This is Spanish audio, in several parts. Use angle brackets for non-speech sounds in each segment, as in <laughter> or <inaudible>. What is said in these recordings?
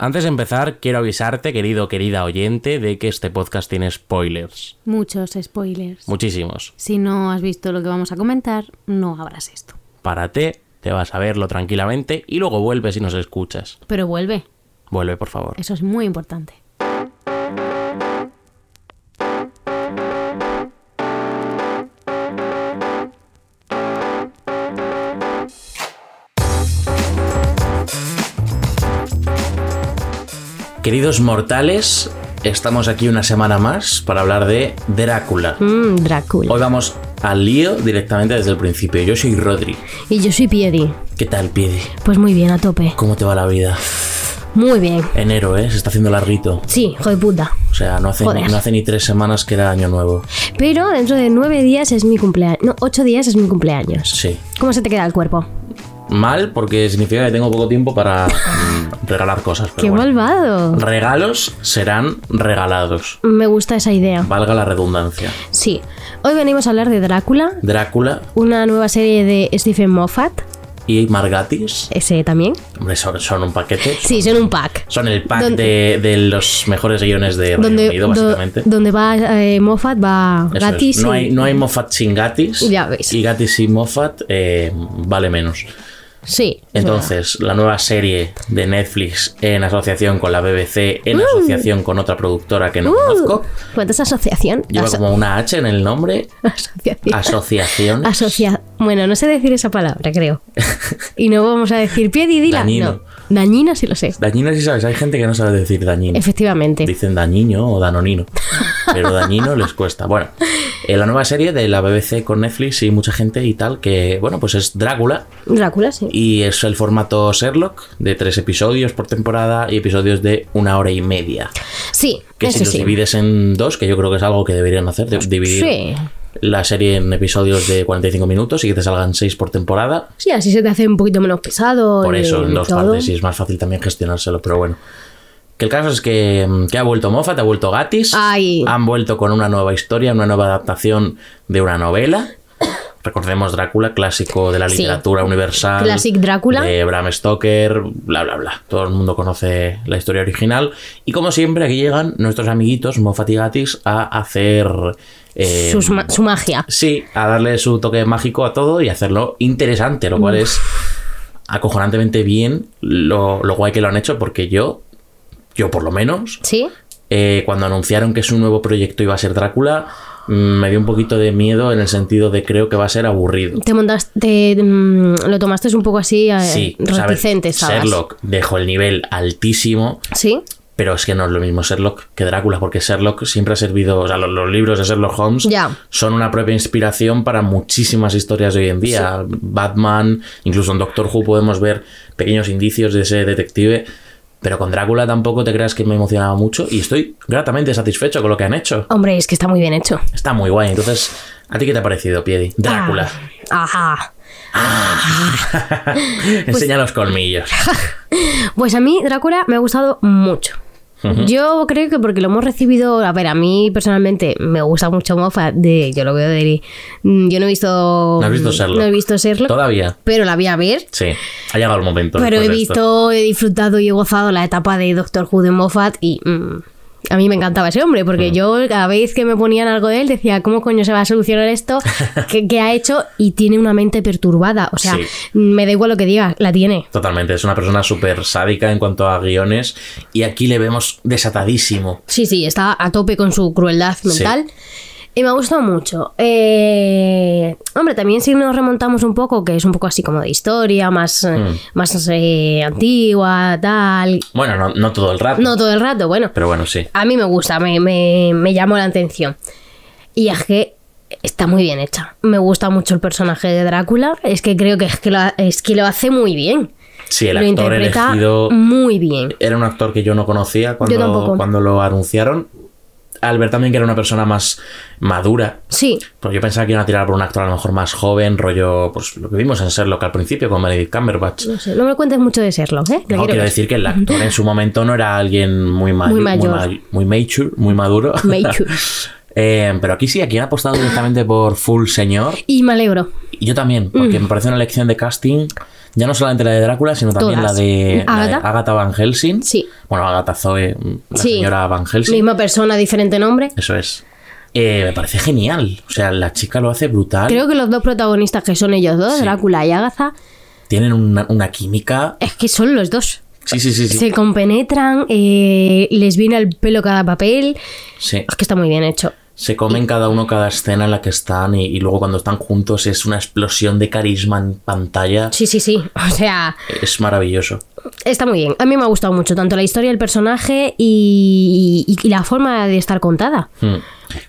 Antes de empezar, quiero avisarte, querido o querida oyente, de que este podcast tiene spoilers. Muchos spoilers. Muchísimos. Si no has visto lo que vamos a comentar, no habrás esto. Párate, te vas a verlo tranquilamente y luego vuelves y nos escuchas. Pero vuelve. Vuelve, por favor. Eso es muy importante. Queridos mortales, estamos aquí una semana más para hablar de Drácula. Mmm, Drácula. Hoy vamos al lío directamente desde el principio. Yo soy Rodri. Y yo soy Piedi. ¿Qué tal, Piedi? Pues muy bien, a tope. ¿Cómo te va la vida? Muy bien. Enero, ¿eh? Se está haciendo larguito. Sí, hijo de puta. O sea, no hace, Joder. no hace ni tres semanas que era año nuevo. Pero dentro de nueve días es mi cumpleaños. No, ocho días es mi cumpleaños. Sí. ¿Cómo se te queda el cuerpo? Mal, porque significa que tengo poco tiempo para mm, regalar cosas. pero ¡Qué bueno. malvado! Regalos serán regalados. Me gusta esa idea. Valga la redundancia. Sí. Hoy venimos a hablar de Drácula, Drácula una nueva serie de Stephen Moffat. y Margatis. Ese también. Hombre, son, son un paquete. Sí, son un pack. Son el pack ¿Dónde- de, de los mejores guiones de Reino donde, Unido, do- básicamente. donde va eh, Moffat va Eso es. Gatis. No y- hay, no hay Moffat sin Gatis. Ya ves. Y Gatis sin Moffat eh, vale menos. Sí. es Entonces, la nueva serie de Netflix en asociación con la BBC, en asociación con otra productora que no verdad. conozco, Uh, ¿Cuántas asociación? lleva Aso- como una H en el nombre, <laughs> asociación. asociación. Asocia- Bueno, no sé decir esa palabra, <laughs> creo. Y no vamos a decir pie y dila. Dañino. No. Dañino sí lo sé. Dañino, si sabes, hay gente que no sabe decir dañino. Efectivamente. Dicen dañino o danonino, pero dañino les cuesta. Bueno, eh, la nueva serie de la BBC con Netflix y mucha gente y tal, que bueno, pues es Drácula, Drácula, sí. Y es el formato Sherlock de tres episodios por temporada y episodios de una hora y media. Sí, Que si eso los sí. divides en dos, que yo creo que es algo que deberían hacer, de- dividir Sí. la serie en episodios de 45 minutos y que te salgan seis por temporada. Sí, así se te hace un poquito menos pesado. Por y eso, en dos todo. partes, y es más fácil también gestionárselo, pero bueno. Que el caso es que, mm, que ha vuelto Moffat, ha vuelto Gatis, Ay. han vuelto con una nueva historia, una nueva adaptación de una novela. Recordemos Drácula, clásico de la Sí. literatura universal. Classic Drácula. De Bram Stoker, bla, bla, bla. Todo el mundo conoce la historia original. Y como siempre, aquí llegan nuestros amiguitos Moffat y Gatis a hacer... eh, Sus ma- su magia. Sí, a darle su toque mágico a todo y hacerlo interesante, lo cual es acojonantemente bien lo, lo guay que lo han hecho, porque yo, yo por lo menos, ¿Sí? eh, cuando anunciaron que su nuevo proyecto iba a ser Drácula, mm, me dio un poquito de miedo en el sentido de creo que va a ser aburrido. Te montaste. te, mm, lo tomaste un poco así eh, Sí, o sea, a ver, reticente, ¿sabes? Sherlock dejó el nivel altísimo. Sí. Pero es que no es lo mismo Sherlock que Drácula, porque Sherlock siempre ha servido, o sea, lo- los, libros de Sherlock Holmes Ya. son una propia inspiración para muchísimas historias de hoy en día. Batman, incluso en Doctor Who podemos ver pequeños indicios de ese detective, pero con Drácula tampoco te creas que me emocionaba mucho y estoy gratamente satisfecho con lo que han hecho. Hombre, es que está muy bien hecho. Está muy guay. Entonces, ¿a ti qué te ha parecido, Piedi? Drácula. Ah, ajá. Enseña los colmillos. Pues a mí Drácula me ha gustado mucho. Yo creo que porque lo hemos recibido, a ver, a mí personalmente me gusta mucho Moffat, de, yo lo veo de... mm, Yo no he visto... ¿No has visto Sherlock? No he visto Sherlock, Todavía. pero la voy a ver. Sí, ha llegado el momento. Pero he después de esto. visto, he disfrutado y he gozado la etapa de Doctor Who de Moffat y... mm, a mí me encantaba ese hombre, porque yo cada vez que me ponían algo de él decía, ¿cómo coño se va a solucionar esto? ¿Qué, qué ha hecho? Y tiene una mente perturbada. O sea, Sí. me da igual lo que diga, la tiene. Totalmente, es una persona súper sádica en cuanto a guiones y aquí le vemos desatadísimo. Sí, sí, está a tope con su crueldad mental. Y me ha gustado mucho. Eh, hombre, también si nos remontamos un poco, que es un poco así como de historia, más, eh, más eh, antigua, tal. Bueno, no, no todo el rato, No todo el rato, bueno. pero bueno, sí. A mí me gusta, me, me, me llamó la atención. Y es que está muy bien hecha. Me gusta mucho el personaje de Drácula. Es que creo que es que lo, ha- es que lo hace muy bien. Sí, el lo actor interpreta elegido muy bien. era un actor que yo no conocía cuando, tampoco. cuando lo anunciaron. Al ver también que era una persona más madura, Sí, porque yo pensaba que iban a tirar por un actor a lo mejor más joven, rollo, pues lo que vimos en Sherlock al principio con Benedict Cumberbatch. no sé, no me cuentes mucho de Sherlock, ¿eh? Que No, quiero quiero <laughs> ver. decir que el actor en su momento no era alguien muy, mayor, Muy mayor. muy mature, muy maduro. Mature. Eh, pero aquí sí, aquí han apostado directamente por Full Señor. Y me alegro. Mm. Y yo también, porque me parece una elección de casting Ya no solamente la de Drácula, sino también Todas. la de, la de Agatha. Agatha Van Helsing. Sí. Bueno, Agatha Zoe, la Sí. señora Van Helsing. Misma persona, diferente nombre. Eso es. Eh, me parece genial. O sea, la chica lo hace brutal. Creo que los dos protagonistas que son ellos dos, Sí. Drácula y Agatha, Tienen una, una química. es que son los dos. Sí, sí, sí, sí. Se compenetran, eh, les viene al pelo cada papel. Sí. Es que está muy bien hecho. Se comen cada uno cada escena en la que están y, y luego cuando están juntos es una explosión de carisma en pantalla. Sí, sí, sí. O sea, Es maravilloso. está muy bien. A mí me ha gustado mucho tanto la historia, el personaje y, y- y la forma de estar contada. Mm.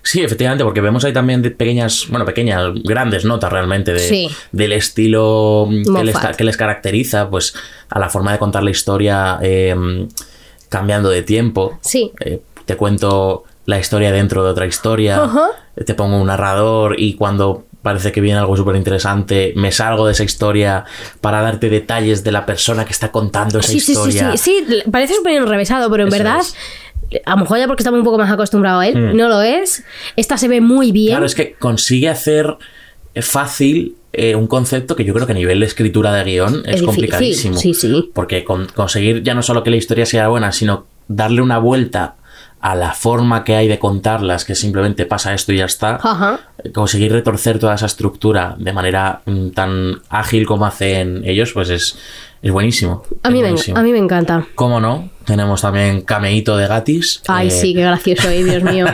Sí, efectivamente, porque vemos ahí también de pequeñas, bueno, pequeñas, grandes notas realmente de, Sí. del estilo mm, que les, Moffat. que les caracteriza, pues a la forma de contar la historia eh, cambiando de tiempo. Sí. Eh, te cuento la historia dentro de otra historia, Ajá. te pongo un narrador y cuando parece que viene algo súper interesante, me salgo de esa historia para darte detalles de la persona que está contando esa Sí, sí, sí, historia. sí, sí. Parece súper enrevesado, pero en Eso Hmm. verdad, a lo mejor ya porque estamos un poco más acostumbrados a él, no lo es. Esta se ve muy bien. Claro, es que consigue hacer fácil eh, un concepto que yo creo que a nivel de escritura de guión es, difícil, complicadísimo. sí, sí. Porque con- conseguir ya no solo que la historia sea buena, sino darle una vuelta a la forma que hay de contarlas, que simplemente pasa esto y ya está. Ajá. Conseguir retorcer toda esa estructura de manera mm, tan ágil como hacen ellos, pues es, es buenísimo. A Es mí, me, buenísimo. Eh, a mí me encanta. ¿Cómo no? Tenemos también Cameíto de Gatis. Ay, eh, sí, qué gracioso, eh, <laughs> Dios mío.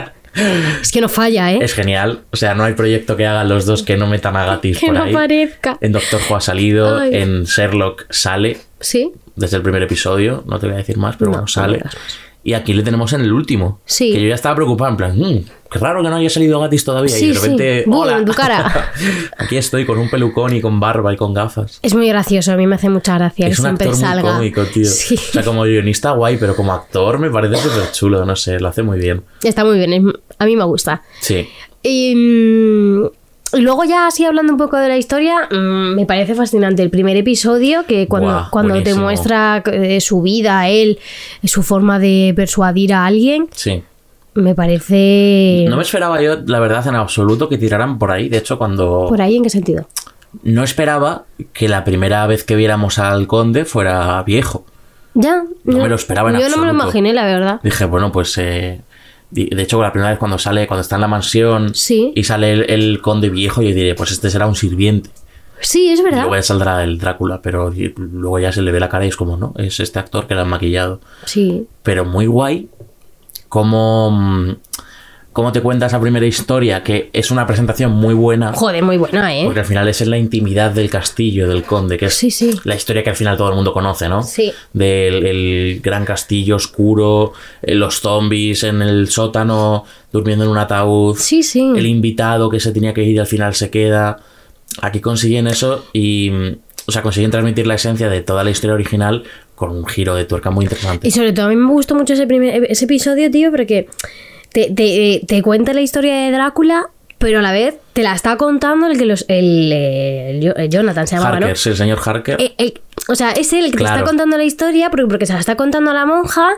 Es que no falla, ¿eh? Es genial. O sea, no hay proyecto que hagan los dos que no metan a Gatis que por no ahí. parezca. En Doctor Who ha salido, Ay. en Sherlock sale Sí, desde el primer episodio, no te voy a decir más, pero No, bueno, no sale. digas más. Y aquí le tenemos en el último. Sí. Que yo ya estaba preocupado, en plan, "Mm, qué raro que no haya salido Gatis todavía. Sí, y de sí. repente, Boom, ¡hola! en tu cara. <laughs> aquí estoy con un pelucón y con barba y con gafas. es muy gracioso, a mí me hace mucha gracia Es que un siempre actor muy salga. cómico, tío. Sí. <laughs> O sea, como guionista guay, pero como actor me parece súper chulo, no sé, lo hace muy bien. Está muy bien, es- a mí me gusta. Sí. Y, mm, y luego ya así hablando un poco de la historia, mm, me parece fascinante el primer episodio que cuando, Buah, cuando te buenísimo. muestra eh, su vida, él, su forma de persuadir a alguien, Sí. me parece... No me esperaba yo, la verdad, en absoluto que tiraran por ahí. De hecho, cuando ¿Por ahí en qué sentido? no esperaba que la primera vez que viéramos al conde fuera viejo. Ya. No me lo esperaba en Yo no me lo absoluto. imaginé, la verdad. Dije, bueno, pues... eh, di- de hecho, la primera vez cuando sale, cuando está en la mansión Sí. y sale el, el conde viejo, yo diré, pues este será un sirviente. Sí, es Y verdad. luego ya saldrá el Drácula, pero y- luego ya se le ve la cara y es como, no, es este actor que le han maquillado. Sí. pero muy guay cómo, mm, cómo te cuenta esa primera historia, que es una presentación muy buena, Joder, muy buena, ¿eh? Ah. porque al final es en la intimidad del castillo, del conde, que es Sí, sí. la historia que al final todo el mundo conoce, ¿no? Sí. Del el gran castillo oscuro, eh, los zombies en el sótano, durmiendo en un ataúd, Sí, sí. el invitado que se tenía que ir y al final se queda. Aquí consiguen eso y... mm, O sea, consiguen transmitir la esencia de toda la historia original con un giro de tuerca muy interesante. Y sobre todo a mí me gustó mucho ese, primer, ese episodio, tío, porque te, te- te cuenta la historia de Drácula, pero a la vez te la está contando el que los... El, eh, el Jo- el Jonathan se llamaba, Harker, ¿no? sí, el señor Harker. Eh, el- o sea, es él el que te Claro. está contando la historia porque, porque se la está contando a la monja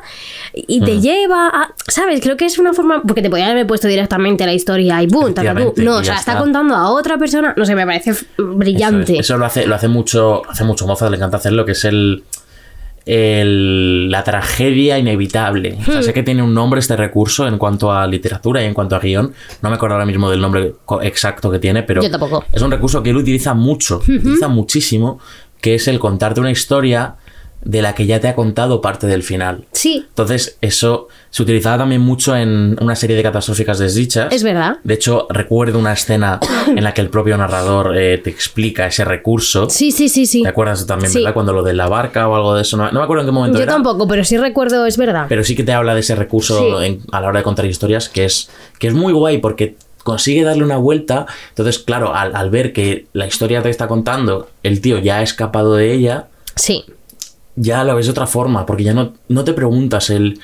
y Mm. te lleva a... ¿Sabes? Creo que es una forma... Porque te podían haber puesto directamente la historia y boom, ta, ta, boom. Efectivamente, No, y o sea, ya la está está. contando a otra persona. No sé, me parece f- Eso, brillante. es. Eso lo hace, lo hace mucho, hace mucho Mozart, le encanta hacerlo, que es el, el- la tragedia inevitable. O Hmm. sea, sé que tiene un nombre este recurso en cuanto a literatura y en cuanto a guión. No me acuerdo ahora mismo del nombre co- exacto que tiene, pero Yo tampoco. Hmm. es un recurso que él utiliza mucho, utiliza muchísimo, que es el contarte una historia de la que ya te ha contado parte del final. Sí, Entonces, eso se utilizaba también mucho en una serie de catastróficas desdichas. es verdad. De hecho, recuerdo una escena en la que el propio narrador eh, te explica ese recurso. Sí, sí, sí, sí. ¿Te acuerdas tú también, Sí. verdad? Cuando lo de la barca o algo de eso. No, no me acuerdo en qué momento Yo era. tampoco, pero sí recuerdo, es verdad. Pero sí que te habla de ese recurso Sí. en- a la hora de contar historias, que es, que es muy guay porque consigue darle una vuelta. Entonces, claro, al, al ver que la historia te está contando, el tío ya ha escapado de ella, Sí. ya la ves de otra forma, porque ya no, no te preguntas el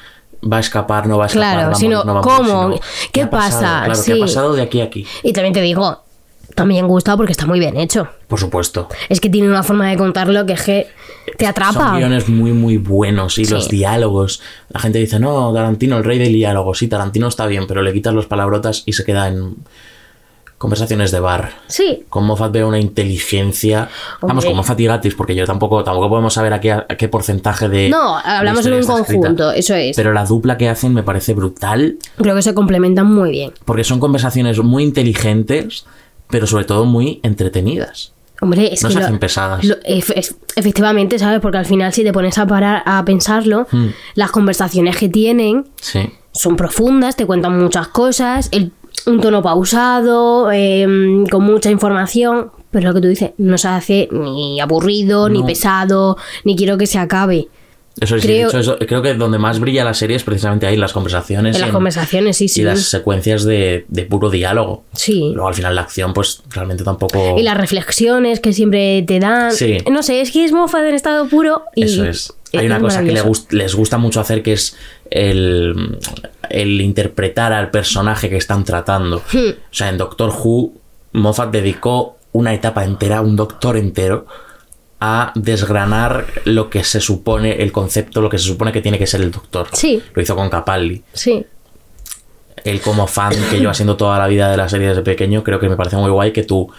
va a escapar, no va a escapar, Claro, va a morir, sino no va a morir, ¿cómo? sino, ¿Qué ha pasado? pasa? Claro, ¿qué Sí. ha pasado de aquí a aquí? Y también te digo, también gusta porque está muy bien hecho. Por supuesto. Es que tiene una forma de contarlo que es que te Son atrapa. guiones muy, muy buenos. Y Sí. los diálogos. La gente dice, no, Tarantino, el rey del diálogo. Sí, Tarantino está bien, pero le quitas los palabrotas y se queda en. conversaciones de bar. Sí. Con Moffat veo una inteligencia. Vamos, Hombre. con Moffat y Gatis, porque yo tampoco, tampoco podemos saber a qué, a qué porcentaje de. No, de hablamos en historia un está escrita. conjunto, eso es. Pero la dupla que hacen me parece brutal, Creo que se complementan muy bien. porque son conversaciones muy inteligentes, pero sobre todo muy entretenidas. Hombre, es No que se lo- hacen pesadas. lo- ef- es- efectivamente, ¿sabes? Porque al final si te pones a parar a pensarlo, Hmm. las conversaciones que tienen Sí. son profundas, te cuentan muchas cosas, el- un tono pausado, em, con mucha información, pero lo que tú dices no se hace ni aburrido, ni No. pesado, ni quiero que se acabe. Eso sí, Creo- de hecho, eso- creo que donde más brilla la serie es precisamente ahí, en las conversaciones. En las y en- conversaciones, sí, sí. Y las secuencias de, de puro diálogo. Sí. Luego al final la acción, pues realmente tampoco. Y las reflexiones que siempre te dan. Sí. No sé, es que es Moffat en estado puro y... Eso es. Hay una es cosa que le maravilloso. gust- les gusta mucho hacer que es el, el interpretar al personaje que están tratando. Hmm. O sea, en Doctor Who, Moffat dedicó una etapa entera, un doctor entero, a desgranar lo que se supone, el concepto, lo que se supone que tiene que ser el doctor. Sí. Lo hizo con Capaldi. Sí. él como fan que yo haciendo toda la vida de la serie desde pequeño, creo que me parece muy guay que tu,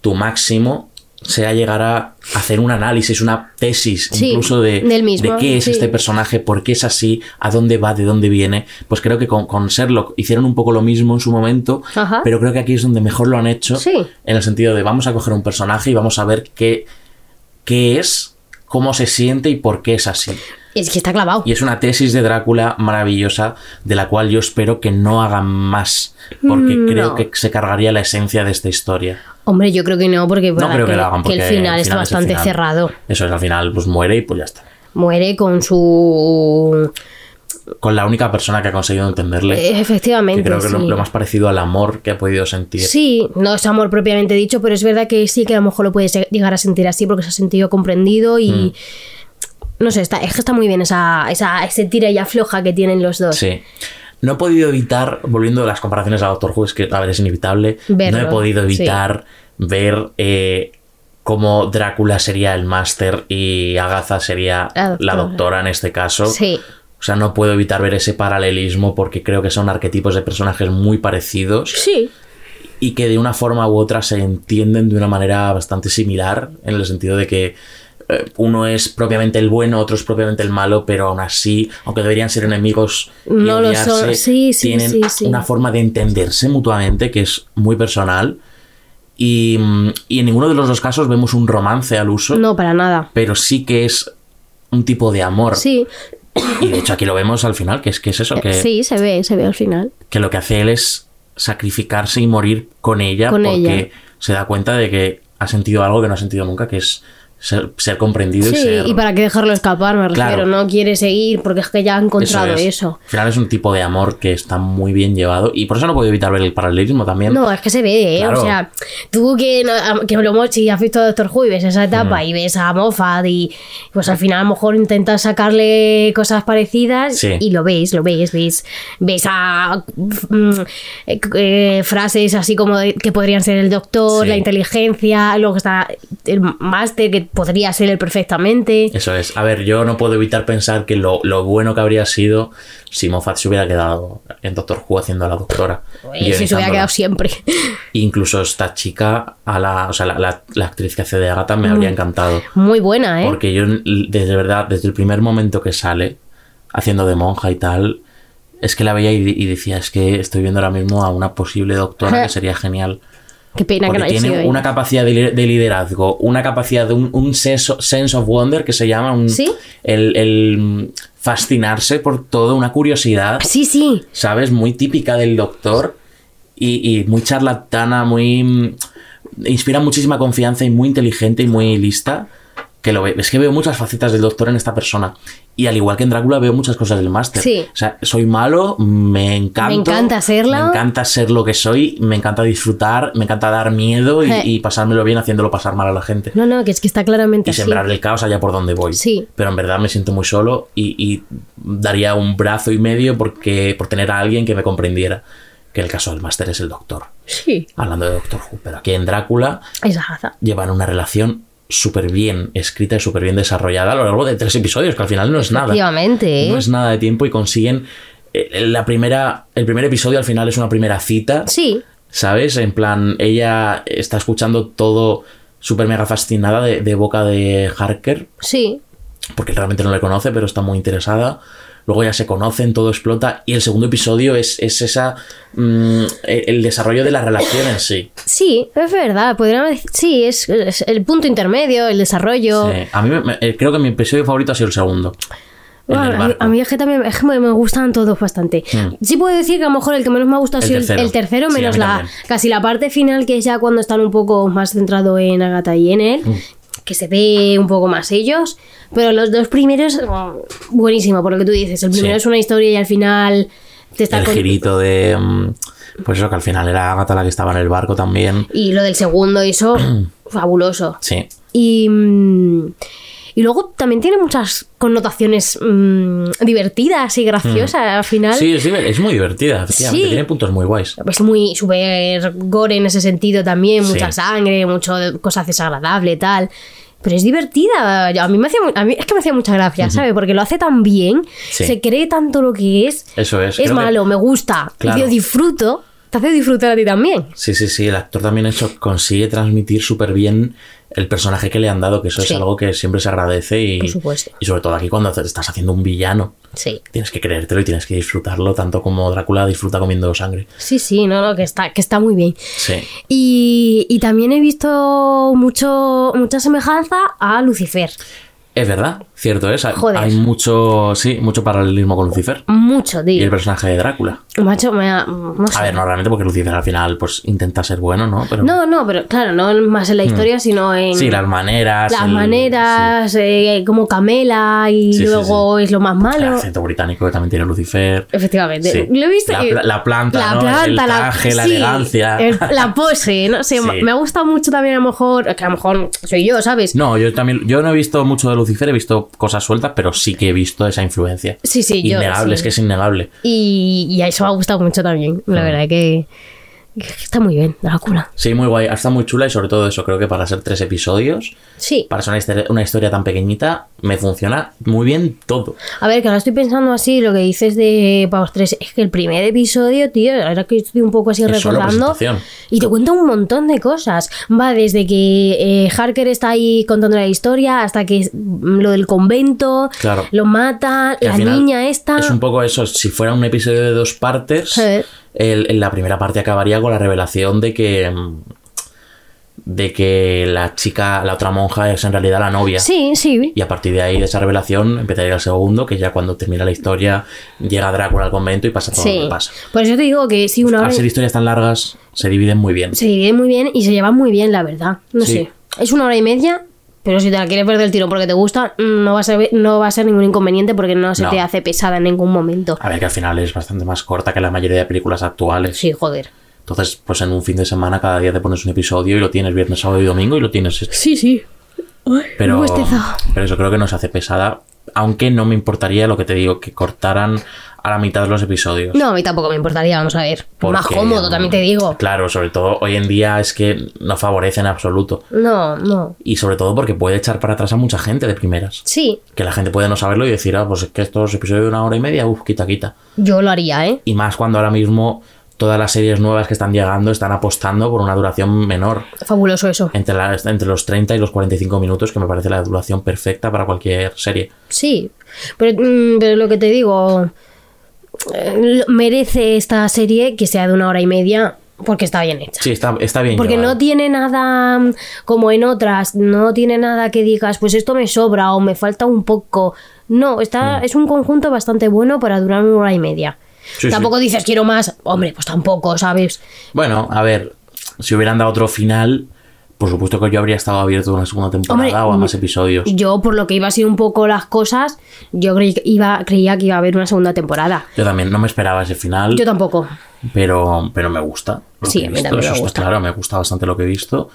tu máximo sea llegar a hacer un análisis, una tesis Sí, incluso de, del mismo, de qué es sí. este personaje, por qué es así, a dónde va, de dónde viene. Pues creo que con, con Sherlock hicieron un poco lo mismo en su momento, Ajá. pero creo que aquí es donde mejor lo han hecho, Sí. en el sentido de vamos a coger un personaje y vamos a ver qué, qué es, cómo se siente y por qué es así. Es que está clavado. Y es una tesis de Drácula maravillosa, de la cual yo espero que no hagan más, porque Mm, creo no. que se cargaría la esencia de esta historia. Hombre, yo creo que no, porque, No para creo que, que, la hagan que porque el al final está es el bastante final. cerrado. Eso es, al final pues muere y pues ya está. Muere con su... Con la única persona que ha conseguido entenderle, Eh, que Efectivamente. creo que lo, sí. lo más parecido al amor que ha podido sentir. Sí, no es amor propiamente dicho, pero es verdad que sí que a lo mejor lo puedes llegar a sentir así porque se ha sentido comprendido y. Mm. No sé, está, es que está muy bien esa, esa, ese tira y afloja que tienen los dos. Sí. No he podido evitar, volviendo a las comparaciones a Doctor Who, es que a ver, es inevitable. Verlo, no he podido sí. evitar ver eh, cómo Drácula sería el máster y Agatha sería La doctora. la doctora en este caso. Sí. O sea, no puedo evitar ver ese paralelismo porque creo que son arquetipos de personajes muy parecidos Sí. y que de una forma u otra se entienden de una manera bastante similar, en el sentido de que eh, uno es propiamente el bueno, otro es propiamente el malo, pero aún así, aunque deberían ser enemigos, y No lo odiarse, son. Sí, sí, tienen sí, sí. una forma de entenderse mutuamente que es muy personal. Y, mm, y en ninguno de los dos casos vemos un romance al uso, No, para nada. pero sí que es un tipo de amor. Sí. Eh, Y de hecho aquí lo vemos al final, que es que es eso, que, Sí, se ve, se ve al final. que lo que hace él es sacrificarse y morir con ella Con porque ella. se da cuenta de que ha sentido algo que no ha sentido nunca, que es ser, ser comprendido Sí, y ser... y para qué dejarlo escapar, me Claro. refiero. No quiere seguir porque es que ya ha encontrado eso. Al final es un tipo de amor que está muy bien llevado y por eso no puedo evitar ver el paralelismo también. No, es que se ve, ¿eh? Claro. O sea, tú que, no- que lo mochi y has visto a Doctor Who y ves esa Mm. etapa y ves a Moffat y pues al final a lo mejor intentas sacarle cosas parecidas Sí. y lo veis, lo veis, veis, veis a mm, eh, eh, frases así como de- que podrían ser el doctor, Sí. la inteligencia, luego está el máster que podría ser él perfectamente. Eso es. A ver, yo no puedo evitar pensar que lo, lo bueno que habría sido si Moffat se hubiera quedado en Doctor Who haciendo a la doctora. Y Eh, Pues, se hubiera guionizándola. quedado siempre. <laughs> Incluso esta chica, a la, o sea, la, la- la actriz que hace de Agatha me habría encantado. Muy buena, ¿eh? Porque yo, desde verdad, desde el primer momento que sale, haciendo de monja y tal, es que la veía y, y decía, es que estoy viendo ahora mismo a una posible doctora <laughs> que sería genial. Qué pena que Porque no haya tiene sido ella. una capacidad de, li- de liderazgo, una capacidad de un, un sense, sense of wonder que se llama, un, ¿Sí? el, el fascinarse por todo, una curiosidad, Sí, sí. ¿sabes? Muy típica del doctor y, y muy charlatana, muy... mm, Inspira muchísima confianza y muy inteligente y muy lista. Que lo ve. Es que veo muchas facetas del doctor en esta persona. Y al igual que en Drácula veo muchas cosas del máster. Sí. O sea, soy malo, me encanta. encanta serlo. Me encanta ser lo que soy, me encanta disfrutar, me encanta dar miedo y, Je. y pasármelo bien haciéndolo pasar mal a la gente No, no, que es que está y claramente así. sembrar el caos allá por donde voy. Sí. Pero en verdad me siento muy solo y, y daría un brazo y medio porque, por tener a alguien que me comprendiera. Que el caso del máster es el doctor. Sí. Hablando de Doctor Who. Pero aquí en Drácula Esa jaza. llevan una relación súper bien escrita y súper bien desarrollada a lo largo de tres episodios, que al final no es nada. Efectivamente, ¿eh? No es nada de tiempo y consiguen. eh, La primera, el primer episodio al final es una primera cita Sí. ¿Sabes? En plan, ella está escuchando todo súper mega fascinada de, de boca de Harker, Sí, porque realmente no le conoce, pero está muy interesada. Luego ya se conocen, todo explota. Y el segundo episodio es, es esa. mm, el el desarrollo de la relación en sí. sí, es verdad. Podríamos decir, sí, es, es el punto intermedio, el desarrollo. Sí. A mí me- me- eh, creo que mi episodio favorito ha sido el segundo. en Bueno, el a, mí, barco. Hmm. a mí es que también es que me, me gustan todos bastante. Sí puedo decir que a lo mejor el que menos me ha gustado ha El sido el- tercero. el tercero, Sí, a menos mí la también. casi la parte final, que es ya cuando están un poco más centrado en Agatha y en él, Hmm. que se ve un poco más ellos. Pero los dos primeros, mm, buenísimo, por lo que tú dices. El primero Sí. es una historia y al final te está el con- girito de. mm, Pues eso, que al final era Agatha la que estaba en el barco también. Y lo del segundo, <clears throat> y eso, fabuloso. Sí. Y, mm, y luego también tiene muchas connotaciones mm, divertidas y graciosas al final. Mm. Sí, es, diver- es muy divertida, efectivamente. Sí. Tiene puntos muy guays. Es muy super gore en ese sentido también, mucha Sí. sangre, mucho de- cosas desagradables, tal. Pero es divertida. A mí, me hacía, mu- a mí es que me hacía mucha gracia, ¿sabes? Porque lo hace tan bien, Sí. se cree tanto lo que es. Eso es. es creo que- malo, me gusta. Claro. Yo disfruto. Te hace disfrutar a ti también. Sí, sí, sí. El actor también eso consigue transmitir súper bien el personaje que le han dado, que eso Sí. es algo que siempre se agradece. Y, Por supuesto. y sobre todo aquí cuando te- estás haciendo un villano. Sí. Tienes que creértelo y tienes que disfrutarlo, tanto como Drácula disfruta comiendo sangre. Sí, sí, no, no, que está, que está muy bien. Sí. Y, y también he visto mucho, mucha semejanza a Lucifer. Es verdad, cierto es. Hay, Joder. hay mucho, sí, mucho paralelismo con Lucifer Mucho, y el tío. personaje de Drácula. Macho, me ha- no sé. A ver, no realmente porque Lucifer al final pues intenta ser bueno, ¿no? Pero No, no, pero claro, no más en la historia, sino en sí, las maneras. las el- maneras, eh, como Camela y Sí, sí, luego es lo más sí, el malo. acento británico que también tiene Lucifer. Efectivamente. Sí. Lo he visto La que- pla- la planta, ¿no? El traje, la elegancia. el- la pose, no sé, <laughs> Sí. me ha gustado mucho también a lo mejor, que a lo mejor soy yo, ¿sabes? No, yo también, yo no he visto mucho de Lucifer, he visto cosas sueltas, pero sí que he visto esa influencia. Sí, sí, yo- Innegable, sí. es que es innegable. Y, y a eso me ha gustado mucho también, Ah. la verdad que, que está muy bien, la cuna. Sí, muy guay, está muy chula y sobre todo eso, creo que para ser tres episodios, Sí. para ser una historia, una historia tan pequeñita, me funciona muy bien todo. A ver, que ahora estoy pensando así, lo que dices de Pavos 3, es que el primer episodio, tío, ahora que estoy un poco así Es solo recordando, presentación. y te cuenta un montón de cosas. Va desde que eh, Harker está ahí contando la historia, hasta que mm, lo del convento, Claro. lo mata, Que al la final niña esta... Es un poco eso, si fuera un episodio de dos partes, Sí. el- el- la primera parte acabaría con la revelación de que mm, de que la chica, la otra monja es en realidad la novia. Sí, sí. Y a partir de ahí, de esa revelación, empezaría el segundo, que ya cuando termina la historia, llega Drácula al convento y pasa todo lo Sí. que pasa. Por eso te digo que sí, una hora Al ser historias tan largas, se dividen muy bien. se divide muy bien y se lleva muy bien, la verdad. No Sí. sé. Es una hora y media, pero si te la quieres perder el tiro porque te gusta, mm, no va a ser, no va a ser ningún inconveniente porque no se No. te hace pesada en ningún momento. A ver que al final es bastante más corta que la mayoría de películas actuales. Sí, joder. Entonces, pues en un fin de semana, cada día te pones un episodio y lo tienes viernes, sábado y domingo y lo tienes este. Sí, sí. Pero, un bostezado. pero eso creo que nos hace pesada. Aunque no me importaría lo que te digo, que cortaran a la mitad los episodios. No, a mí tampoco me importaría, vamos a ver. Más Porque, cómodo, mm, también te digo. Claro, sobre todo hoy en día es que no favorece en absoluto. No, no. Y sobre todo porque puede echar para atrás a mucha gente de primeras. Sí, Que la gente puede no saberlo y decir, ah, pues es que estos episodios de una hora y media, uff, quita, quita. yo lo haría, ¿eh? Y más cuando ahora mismo todas las series nuevas que están llegando están apostando por una duración menor. Fabuloso eso. Entre, la- entre los 30 y los 45 minutos, que me parece la duración perfecta para cualquier serie. Sí. Pero, mm, pero lo que te digo, eh, lo- merece esta serie que sea de una hora y media porque está bien hecha. Sí, está, está bien. Porque llevado. no tiene nada mm, como en otras, no tiene nada que digas, pues esto me sobra o me falta un poco. No, Mm. está, es un conjunto bastante bueno para durar una hora y media. Sí, tampoco dices quiero más, hombre, pues tampoco, ¿sabes? Bueno, a ver, si hubieran dado otro final, por supuesto que yo habría estado abierto a una segunda temporada Hombre, o a más episodios. Yo, por lo que iba a ser un poco las cosas, yo creí que iba, creía que iba a haber una segunda temporada. Yo también no me esperaba ese final. Yo tampoco. pero, pero me gusta. lo Sí, que he a mí visto, también me eso está gusta. Claro, me gusta bastante lo que he visto.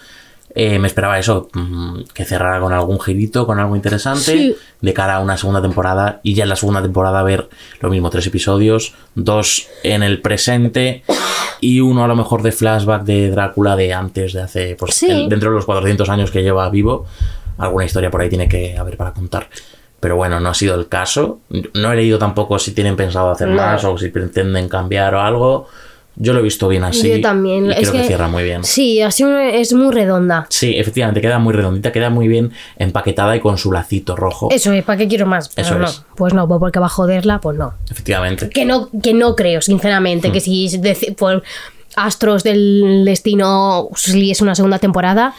Eh, me esperaba eso, mm, que cerrara con algún girito, con algo interesante, Sí. de cara a una segunda temporada y ya en la segunda temporada ver lo mismo, tres episodios, dos en el presente y uno a lo mejor de flashback de Drácula de antes, de hace, pues Sí. el- dentro de los 400 años que lleva vivo, alguna historia por ahí tiene que haber para contar. Pero bueno, no ha sido el caso. No he leído tampoco si tienen pensado hacer No. más o si pretenden cambiar o algo. Yo lo he visto bien así. Yo también. y Es creo que, que- cierra muy bien. Sí, así es muy redonda. Sí, efectivamente, queda muy redondita, queda muy bien empaquetada y con su lacito rojo. Eso es, ¿para qué quiero más? Pero Eso no, es. pues no, pues porque va a joderla, pues no. Efectivamente. Que no, que no creo, sinceramente, que si es deci- por astros del destino si es una segunda temporada,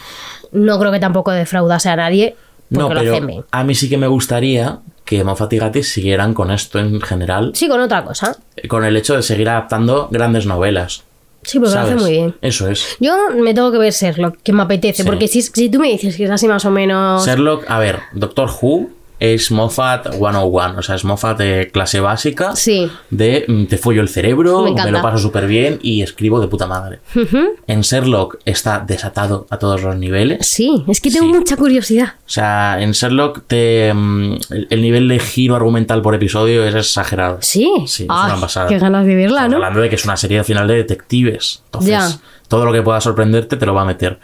no creo que tampoco defraudase a nadie. Porque No, lo pero hacen bien. a mí sí que me gustaría que Moffat y Gatti siguieran con esto en general, Sí, con otra cosa. con el hecho de seguir adaptando grandes novelas. Sí, porque lo ¿sabes? hace muy bien. Eso es. Yo me tengo que ver Sherlock, que me apetece, Sí. porque si, si tú me dices que es así más o menos... Sherlock, a ver, Doctor Who es Moffat 101, o sea, es Moffat de clase básica. Sí. De mm, te follo el cerebro, Me me, encanta. lo paso súper bien y escribo de puta madre. En Sherlock está desatado a todos los niveles. Sí, es que tengo Sí. mucha curiosidad. O sea, en Sherlock te, mm, el, el nivel de giro argumental por episodio es exagerado. Sí. Sí, es Ay, una pasada. Ah, Qué ganas de verla, Estamos ¿no? Hablando de que es una serie al final de detectives. Entonces, Ya. todo lo que pueda sorprenderte te lo va a meter.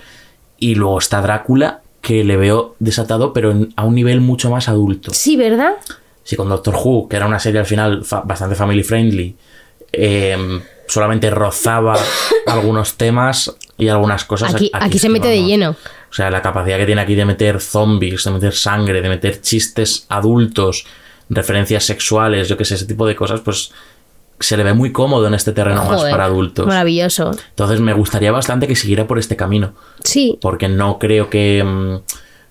Y luego está Drácula, que le veo desatado, pero en- a un nivel mucho más adulto. Sí, ¿verdad? Si con Doctor Who, que era una serie al final fa- bastante family friendly, eh, solamente <laughs> rozaba algunos temas y algunas cosas. Aquí, aquí es se que mete de vamos. lleno. O sea, la capacidad que tiene aquí de meter zombies, de meter sangre, de meter chistes adultos, referencias sexuales, yo qué sé, ese tipo de cosas, pues se le ve muy cómodo en este terreno más Joder, para adultos. Maravilloso. Entonces me gustaría bastante que siguiera por este camino, Sí. porque no creo que, mm,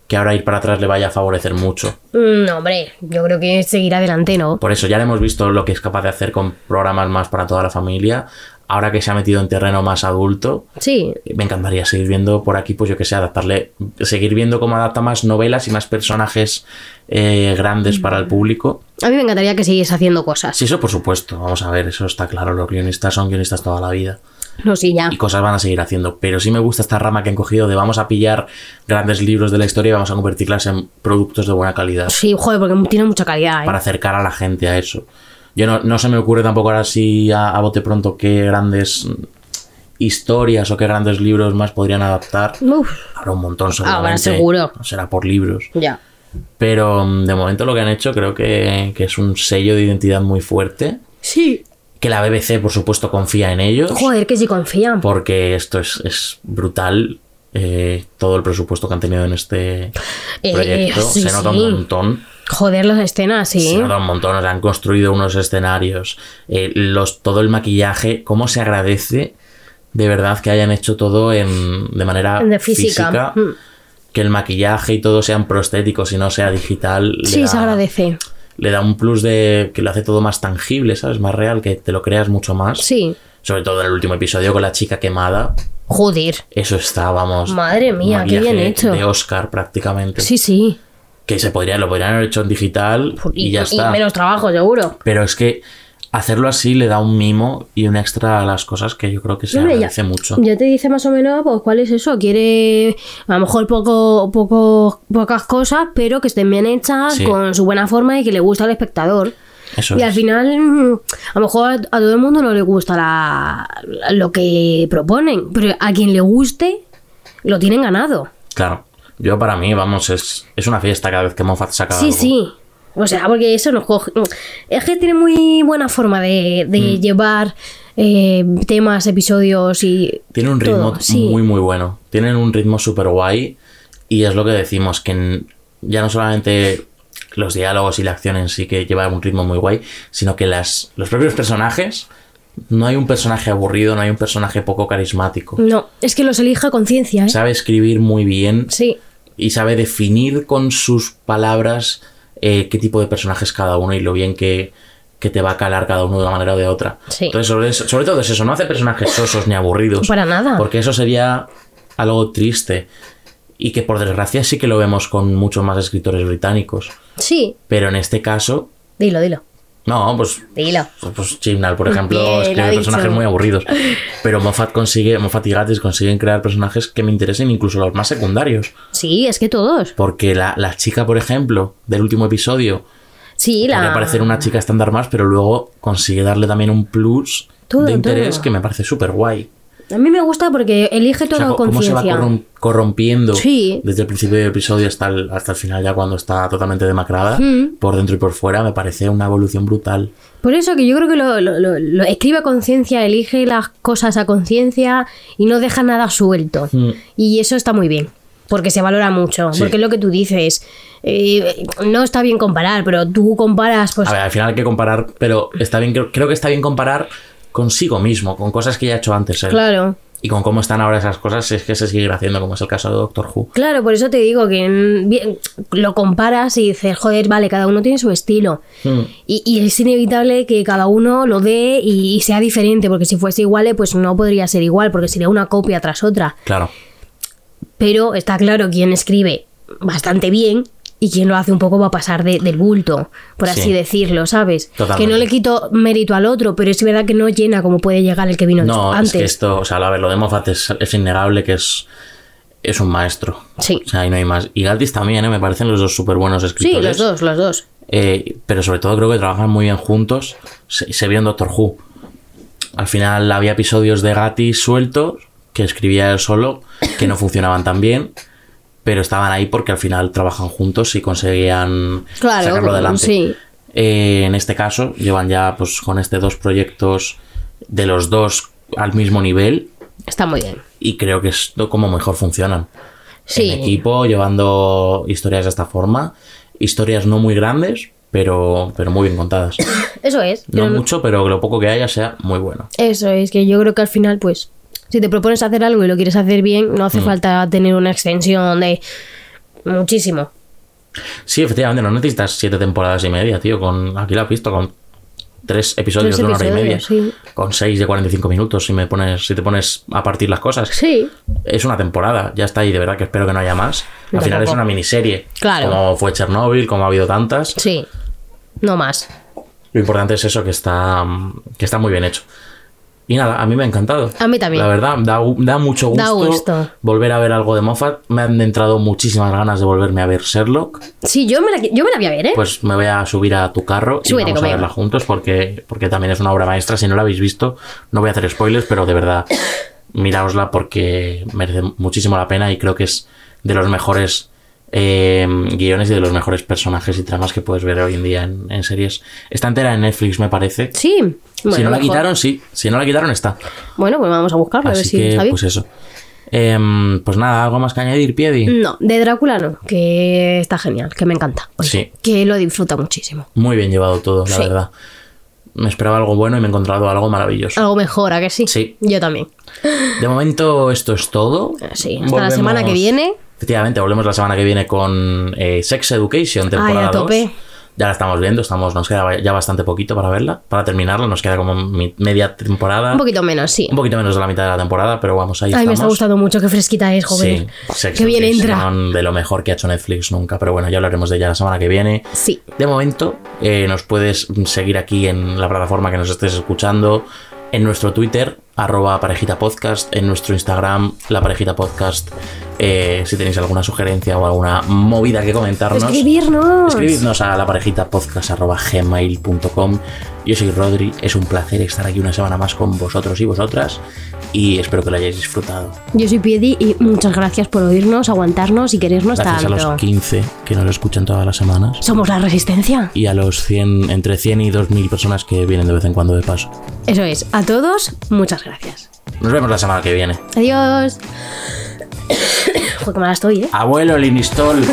que ahora ir para atrás le vaya a favorecer mucho. Mm, No, hombre, yo creo que seguirá adelante, ¿no? Por eso ya le hemos visto lo que es capaz de hacer con programas más para toda la familia. Ahora que se ha metido en terreno más adulto, Sí. me encantaría seguir viendo por aquí, pues yo que sé, adaptarle, seguir viendo cómo adapta más novelas y más personajes eh, grandes para el público. A mí me encantaría que siguiese haciendo cosas. Sí, eso por supuesto, vamos a ver, eso está claro, los guionistas son guionistas toda la vida No, sí, ya. y cosas van a seguir haciendo, pero sí me gusta esta rama que han cogido de vamos a pillar grandes libros de la historia y vamos a convertirlas en productos de buena calidad Sí, joder, porque tiene mucha calidad, ¿eh? para acercar a la gente a eso. Yo no, no se me ocurre tampoco ahora sí a, a bote pronto qué grandes mm, historias o qué grandes libros más podrían adaptar. Uf, Habrá un montón seguramente. seguro. Será por libros. ya. Pero mm, de momento lo que han hecho creo que, que es un sello de identidad muy fuerte. Sí. Que la BBC, por supuesto, confía en ellos. Joder, que sí confían. Porque esto es, es brutal. eh, todo el presupuesto que han tenido en este Eh, proyecto. sí, se nota sí. un montón. Joder, las escenas, sí. Se nota un montón. o sea, han construido unos escenarios. eh, los, todo el maquillaje. Cómo se agradece de verdad que hayan hecho todo en, de manera De física. física Mm. que el maquillaje y todo sean prostéticos y no sea digital. le Sí, da- se agradece. Le da un plus de que lo hace todo más tangible, ¿sabes? Más real, que te lo creas mucho más. Sí. Sobre todo en el último episodio con la chica quemada. Joder. Eso está, vamos. Madre mía, qué bien maquillaje hecho. De Oscar, prácticamente. Sí, sí. Que se podría, lo podrían haber hecho en digital y, ya está. menos trabajo, seguro. Pero es que hacerlo así le da un mimo y un extra a las cosas que yo creo que se Hombre, ya- agradece mucho. Ya te dice más o menos, pues, cuál es eso. Quiere, a lo mejor, poco, poco, pocas cosas, pero que estén bien hechas, Sí. con su buena forma y que le gusta al espectador. Eso Y es. al final, mm, a lo mejor a todo el mundo no le gusta la, la- lo que proponen, pero a quien le guste, lo tienen ganado. Claro. Yo para mí, vamos, es, es una fiesta cada vez que Moffat saca Sí, algo. sí. O sea, porque eso nos coge. mm, Es que tiene muy buena forma de, de Mm. llevar eh, temas, episodios y. Tiene un ritmo todo, sí. muy, muy bueno. Tienen un ritmo súper guay. Y es lo que decimos, que n- ya no solamente los diálogos y la acción en sí que llevan un ritmo muy guay, sino que las, los propios personajes, no hay un personaje aburrido, no hay un personaje poco carismático. No, es que los elige a conciencia, ¿eh? Sabe escribir muy bien Sí. y sabe definir con sus palabras eh, qué tipo de personaje es cada uno y lo bien que, que te va a calar cada uno de una manera o de otra. Sí. Entonces, sobre, eso- sobre todo es eso, no hace personajes sosos ni aburridos. Para nada. Porque eso sería algo triste. Y que por desgracia sí que lo vemos con muchos más escritores británicos. Sí. Pero en este caso, Dilo, dilo. no, pues Dilo. pues, pues Chibnall, por ejemplo, Bien, lo ha escribe dicho. personajes muy aburridos. Pero Moffat consigue, Moffat y Gates consiguen crear personajes que me interesen, incluso los más secundarios. Sí, es que todos. Porque la, la chica, por ejemplo, del último episodio, Sí, la. podría parecer una chica estándar más, pero luego consigue darle también un plus Todo, de interés todo. que me parece súper guay. A mí me gusta porque elige todo O sea, con cómo se va conciencia. corrom- corrompiendo Sí. desde el principio del episodio hasta el, hasta el final, ya cuando está totalmente demacrada, Mm. por dentro y por fuera, me parece una evolución brutal. Por eso que yo creo que lo, lo- lo- lo escribe a conciencia, elige las cosas a conciencia y no deja nada suelto. Mm. Y eso está muy bien, porque se valora mucho, Sí. porque es lo que tú dices. eh, no está bien comparar, pero tú comparas, pues A ver, al final hay que comparar, pero está bien, creo, creo que está bien comparar consigo mismo, con cosas que ya ha hecho antes. él. claro. Y con cómo están ahora esas cosas, es que se sigue haciendo, como es el caso de Doctor Who. Claro, por eso te digo que mm, bien, lo comparas y dices, joder, vale, cada uno tiene su estilo. Mm. Y, y es inevitable que cada uno lo dé y, y sea diferente, porque si fuese igual, eh, pues no podría ser igual, porque sería una copia tras otra. Claro. Pero está claro quién escribe bastante bien y quien lo hace un poco va a pasar de- del bulto, por así Sí. decirlo, ¿sabes? Totalmente. Que no le quito mérito al otro, pero es verdad que no llena como puede llegar el que vino No, antes. es que esto, o sea, a ver, lo de Moffat es, es innegable que es, es un maestro. Sí. O sea, ahí no hay más. Y Galtis también, ¿eh? me parecen los dos súper buenos Sí, escritores. los dos, los dos. Eh, pero sobre todo creo que trabajan muy bien juntos. Se, se vio en Doctor Who. Al final había episodios de Gatti sueltos que escribía él solo, que no funcionaban tan bien, pero estaban ahí porque al final trabajan juntos y conseguían Claro, sacarlo adelante. sí. Eh, en este caso, llevan ya pues con este dos proyectos de los dos al mismo nivel Está muy bien. y creo que es como mejor funcionan Sí. en equipo, llevando historias de esta forma. Historias no muy grandes, pero, pero muy bien contadas. Eso es. No pero- mucho, pero que lo poco que haya sea muy bueno. Eso es, que yo creo que al final, pues, si te propones hacer algo y lo quieres hacer bien, no Mm. hace falta tener una extensión de muchísimo. Sí, efectivamente, no necesitas siete temporadas y media, tío. Con, aquí lo has visto, con tres episodios de Tres una hora y media. episodios, sí. Con seis de 45 minutos, si, me pones, si te pones a partir las cosas. Sí. Es una temporada, ya está ahí, de verdad que espero que no haya más. Al Yo final es tampoco. una miniserie. Claro. Como fue Chernobyl, como ha habido tantas. Sí. No más. Lo importante es eso, que está, mm, que está muy bien hecho. Y nada, a mí me ha encantado. A mí también. La verdad, da, gu- da mucho gusto, Da gusto. volver a ver algo de Moffat. Me han entrado muchísimas ganas de volverme a ver Sherlock. Sí, yo me la, qui- yo me la voy a ver, ¿eh? Pues me voy a subir a tu carro y Súbete vamos a conmigo. verla juntos porque, porque también es una obra maestra. Si no la habéis visto, no voy a hacer spoilers, pero de verdad, miraosla porque merece muchísimo la pena y creo que es de los mejores eh, guiones y de los mejores personajes y tramas que puedes ver hoy en día en, en series. Está entera en Netflix, me parece sí. Bueno, si no la mejor. quitaron, sí. Si no la quitaron, está. Bueno, pues vamos a buscarla, a ver Así si que, está bien. pues eso. Em, pues nada, ¿algo más que añadir, Piedi? No, de Drácula no, que está genial, que me encanta. Oye, Sí. Que lo disfruta muchísimo. Muy bien llevado todo, la Sí. verdad. Me esperaba algo bueno y me he encontrado algo maravilloso. Algo mejor, ¿a que sí? Sí. Yo también. De momento, esto es todo. Ah. Sí, hasta la semana que viene. Efectivamente, volvemos la semana que viene con eh, Sex Education, temporada a tope. 2. Ya la estamos viendo, estamos, nos queda ya bastante poquito para verla. Para terminarla, nos queda como mi- media temporada. Un poquito menos, sí. Un poquito menos de la mitad de la temporada, pero vamos, ahí Ay, me está estamos. gustando mucho, qué fresquita es, joven. Sí, Sex qué bien entra. Education, De lo mejor que ha hecho Netflix nunca, pero bueno, ya hablaremos de ella la semana que viene. Sí. De momento, eh, nos puedes seguir aquí en la plataforma que nos estés escuchando, en nuestro Twitter, arroba parejita podcast, en nuestro Instagram, la parejita podcast. Eh, si tenéis alguna sugerencia o alguna movida que comentarnos, Escribirnos. escribidnos a la parejita podcast arroba gmail.com. Yo soy Rodri, es un placer estar aquí una semana más con vosotros y vosotras y espero que lo hayáis disfrutado. Yo soy Piedi y muchas gracias por oírnos, aguantarnos y querernos Gracias a tanto. los 15 que nos escuchan todas las semanas Somos la resistencia. y a los 100, entre 100 y 2000 personas que vienen de vez en cuando de paso. Eso es. A todos, muchas gracias. Nos vemos la semana que viene. Adiós. <coughs> Joder, qué mala estoy, ¿eh? Abuelo Linistol.